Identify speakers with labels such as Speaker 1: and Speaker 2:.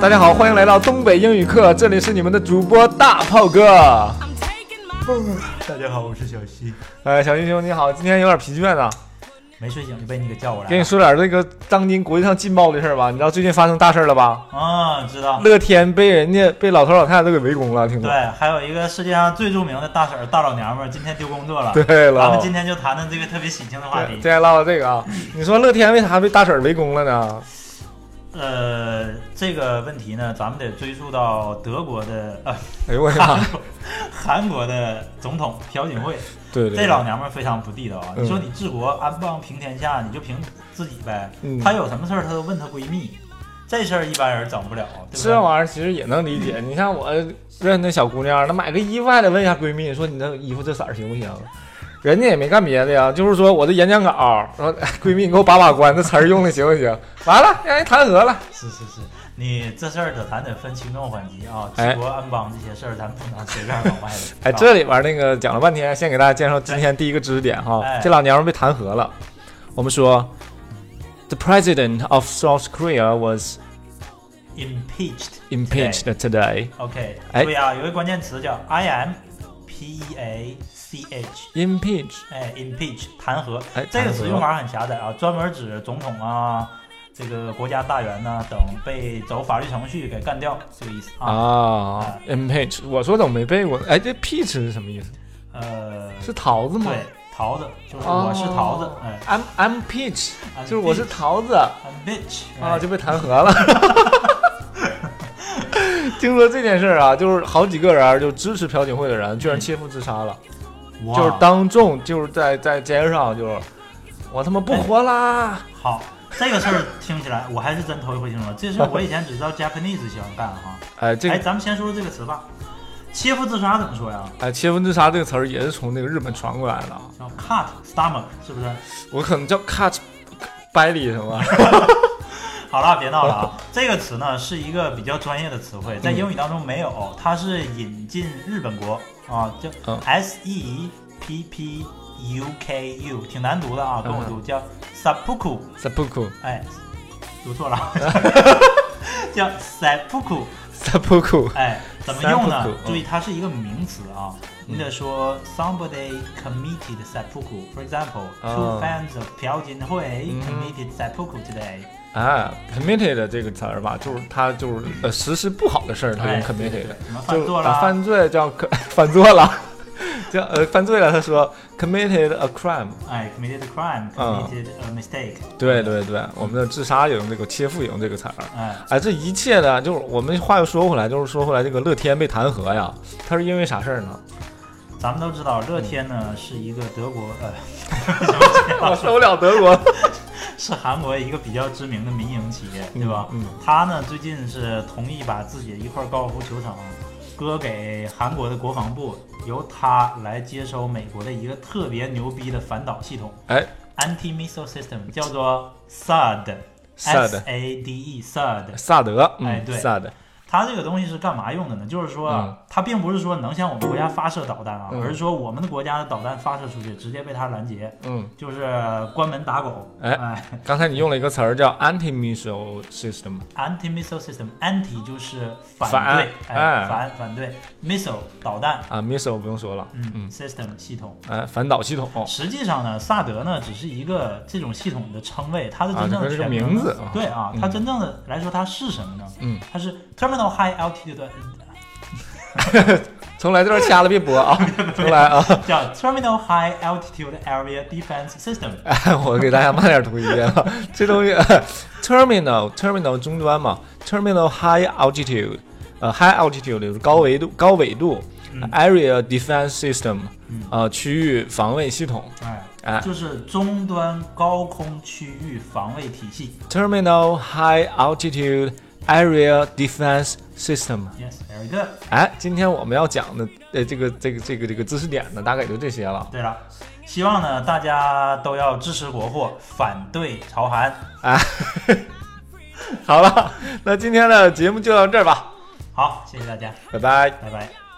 Speaker 1: 大家好，欢迎来到东北英语课，这里是你们的主播大炮哥。
Speaker 2: 大家好，我是小西，
Speaker 1: 呃，小英雄你好，今天有点疲倦啊，
Speaker 2: 没睡醒就被你给叫过来了。
Speaker 1: 给你说点这个当今国际上劲爆的事儿吧。你知道最近发生大事儿了吧？
Speaker 2: 啊，知道。
Speaker 1: 乐天被人家被老头老太太都给围攻了，听
Speaker 2: 对
Speaker 1: 过？，
Speaker 2: 还有一个世界上最著名的大婶儿大老娘们儿，今天丢工作了。
Speaker 1: 对啊
Speaker 2: 咱
Speaker 1: 了
Speaker 2: 们，今天就谈谈这个特别喜庆的话
Speaker 1: 对
Speaker 2: 题
Speaker 1: 今。天唠唠这个啊。你说乐天为啥被大婶儿围攻了呢？
Speaker 2: 呃，这个问题呢，咱们得追溯到德国的 呃
Speaker 1: 哎呦我的 妈
Speaker 2: 韩！国韩国的总统朴槿惠，
Speaker 1: 对对
Speaker 2: 这
Speaker 1: 对，
Speaker 2: 老娘们儿非常不地道啊！
Speaker 1: 嗯
Speaker 2: 你说你治国安邦平天下，你就凭自己呗
Speaker 1: 嗯。
Speaker 2: 她有什么事儿，她都问她闺蜜，这事儿一般人整不了，对不
Speaker 1: 这
Speaker 2: 对？
Speaker 1: 玩意儿其实也能理解。你像我认那小姑娘，那买个衣服还得问一下闺蜜，说你那衣服这色儿行不行？人家也没干别的呀，就是说我的演讲稿，说哎闺蜜你给我把把关，这词儿用的行不行？完了让人弹劾了。
Speaker 2: 是是是，你这事儿得咱得分轻重缓急啊。
Speaker 1: 哎
Speaker 2: 治国安邦这些事儿，咱不能随便往 外啊
Speaker 1: 哎，这里边儿那个讲了半天，先给大家介绍今天第一个知识点哈
Speaker 2: 哎，
Speaker 1: 这老娘们被弹劾了。我们说，the president of South Korea was
Speaker 2: impeached。
Speaker 1: impeached today.
Speaker 2: OK，
Speaker 1: 哎
Speaker 2: 对呀，有一个关键词叫 I M P E A C H。
Speaker 1: Impeached，
Speaker 2: 哎，impeach 弹劾
Speaker 1: 哎，
Speaker 2: 这个
Speaker 1: 弹劾
Speaker 2: 词用法很狭窄啊，专门指总统啊、这个国家大员呐、等被走法律程序给干掉，这个意思啊。
Speaker 1: 啊，impeached，我说怎么没背过呢？哎，这 peach 是什么意思？
Speaker 2: 呃，
Speaker 1: 是桃子吗？哦
Speaker 2: 对，桃子就是我是桃子，哎
Speaker 1: ，I'm I'm peach，
Speaker 2: I'm
Speaker 1: 就是我是
Speaker 2: peach
Speaker 1: 桃子
Speaker 2: ，I'm bitch
Speaker 1: 啊，
Speaker 2: 哎
Speaker 1: 就被弹劾了。 听说这件事儿啊，就是好几个人儿就支持朴槿惠的人，居然切腹自杀了，
Speaker 2: 嗯哇
Speaker 1: 就是当众就是在在街上就是，我他妈不活啦！
Speaker 2: 好。这个事儿听起来我还是真头一回听说， 这事儿我以前只知道 Japanese 喜欢干哈。
Speaker 1: 哎，这
Speaker 2: 哎，
Speaker 1: 个
Speaker 2: 咱们先说说这个词吧，切腹自杀怎么说呀？
Speaker 1: 哎切腹自杀这个词儿也是从那个日本传过来的啊，
Speaker 2: 叫 cut stomach 是 不是？
Speaker 1: 我可能叫 cut 掰里什 么，
Speaker 2: 好了，别闹 了啊！这个词呢是一个比较专业的词汇，
Speaker 1: 嗯
Speaker 2: 在英语当中没有，它是引进日本国啊，叫
Speaker 1: 嗯
Speaker 2: S E P P U K U，挺难读的啊，
Speaker 1: 嗯
Speaker 2: 跟我读叫 seppuku，
Speaker 1: s a p u k u
Speaker 2: 哎，读 错了， 叫 seppuku，
Speaker 1: s a p u k u
Speaker 2: 哎，怎么用呢
Speaker 1: seppuku，？嗯
Speaker 2: 注意，它是一个名词啊，
Speaker 1: 嗯
Speaker 2: 你得说 somebody committed seppuku，for example，two
Speaker 1: 啊
Speaker 2: fans of 朴槿惠
Speaker 1: 嗯
Speaker 2: committed seppuku today。
Speaker 1: 啊，committed 这个词儿吧，就是他就是呃实施不好的事儿，他
Speaker 2: 哎
Speaker 1: 用 committed，
Speaker 2: 什
Speaker 1: 就
Speaker 2: 么犯错
Speaker 1: 啊
Speaker 2: 了？
Speaker 1: 犯罪叫 犯错了，叫呃犯罪了。他说 committed a crime，
Speaker 2: 哎，committed a crime,
Speaker 1: 嗯
Speaker 2: committed a mistake，
Speaker 1: 对对对，我们的自杀也用这个，切腹也用这个词儿。
Speaker 2: 哎，
Speaker 1: 哎，这一切呢，就是我们话又说回来，就是说回来这个乐天被弹劾呀，他是因为啥事儿呢？
Speaker 2: 咱们都知道，乐天呢是一个德国， 呃，
Speaker 1: 我受不了德国，
Speaker 2: 是韩国一个比较知名的民营企业，对吧？
Speaker 1: 嗯，
Speaker 2: 他呢最近是同意把自己的一块高尔夫球场割给韩国的国防部，由他来接收美国的一个特别牛逼的反导系统
Speaker 1: 哎
Speaker 2: （anti missile system），叫做 SAD。S
Speaker 1: ，sad
Speaker 2: A D E SAD，
Speaker 1: 萨德，嗯，
Speaker 2: 哎对
Speaker 1: 萨德，
Speaker 2: 它这个东西是干嘛用的呢？就是说，
Speaker 1: 嗯
Speaker 2: 它并不是说能向我们国家发射导弹啊，
Speaker 1: 嗯
Speaker 2: 而是说我们的国家的导弹发射出去，直接被它拦截，
Speaker 1: 嗯，
Speaker 2: 就是关门打狗。
Speaker 1: 哎刚才你用了一个词儿叫 anti missile system，
Speaker 2: a n t i missile system，anti 就是反
Speaker 1: 反
Speaker 2: 对，
Speaker 1: 哎
Speaker 2: 哎，反反对，missile 导弹，
Speaker 1: 啊，missile 不用说了，
Speaker 2: 嗯
Speaker 1: 嗯
Speaker 2: s y s t e m 系统。
Speaker 1: 哎，反导系统，
Speaker 2: 实际上呢，萨德呢只是一个这种系统的称谓，它的真正
Speaker 1: 啊
Speaker 2: 的
Speaker 1: 这个
Speaker 2: 全
Speaker 1: 名字啊
Speaker 2: 对啊，
Speaker 1: 嗯
Speaker 2: 它真正的来说它是什么呢？
Speaker 1: 嗯，
Speaker 2: 它是 terminal high altitude
Speaker 1: 重来这段掐了别播啊， 重来啊。
Speaker 2: 叫 terminal high altitude area defense system。
Speaker 1: 哎，我给大家慢点读一遍吧。这东西、呃 terminal terminal 终端嘛，terminal high altitude，呃，high altitude 就是高维度高纬度、
Speaker 2: 嗯
Speaker 1: area defense system，
Speaker 2: 嗯
Speaker 1: 呃，区域防卫系统。哎
Speaker 2: 哎，就是终端高空区域防卫体系。
Speaker 1: terminal high altitude area defense system。
Speaker 2: Yes，very good。
Speaker 1: 哎，今天我们要讲的呃这个这个这个这个知识点呢，大概也就这些了。
Speaker 2: 对了，希望呢大家都要支持国货，反对朝韩。
Speaker 1: 啊 好了，那今天的节目就到这儿吧，
Speaker 2: 好，谢谢大家，
Speaker 1: 拜拜。
Speaker 2: 拜拜。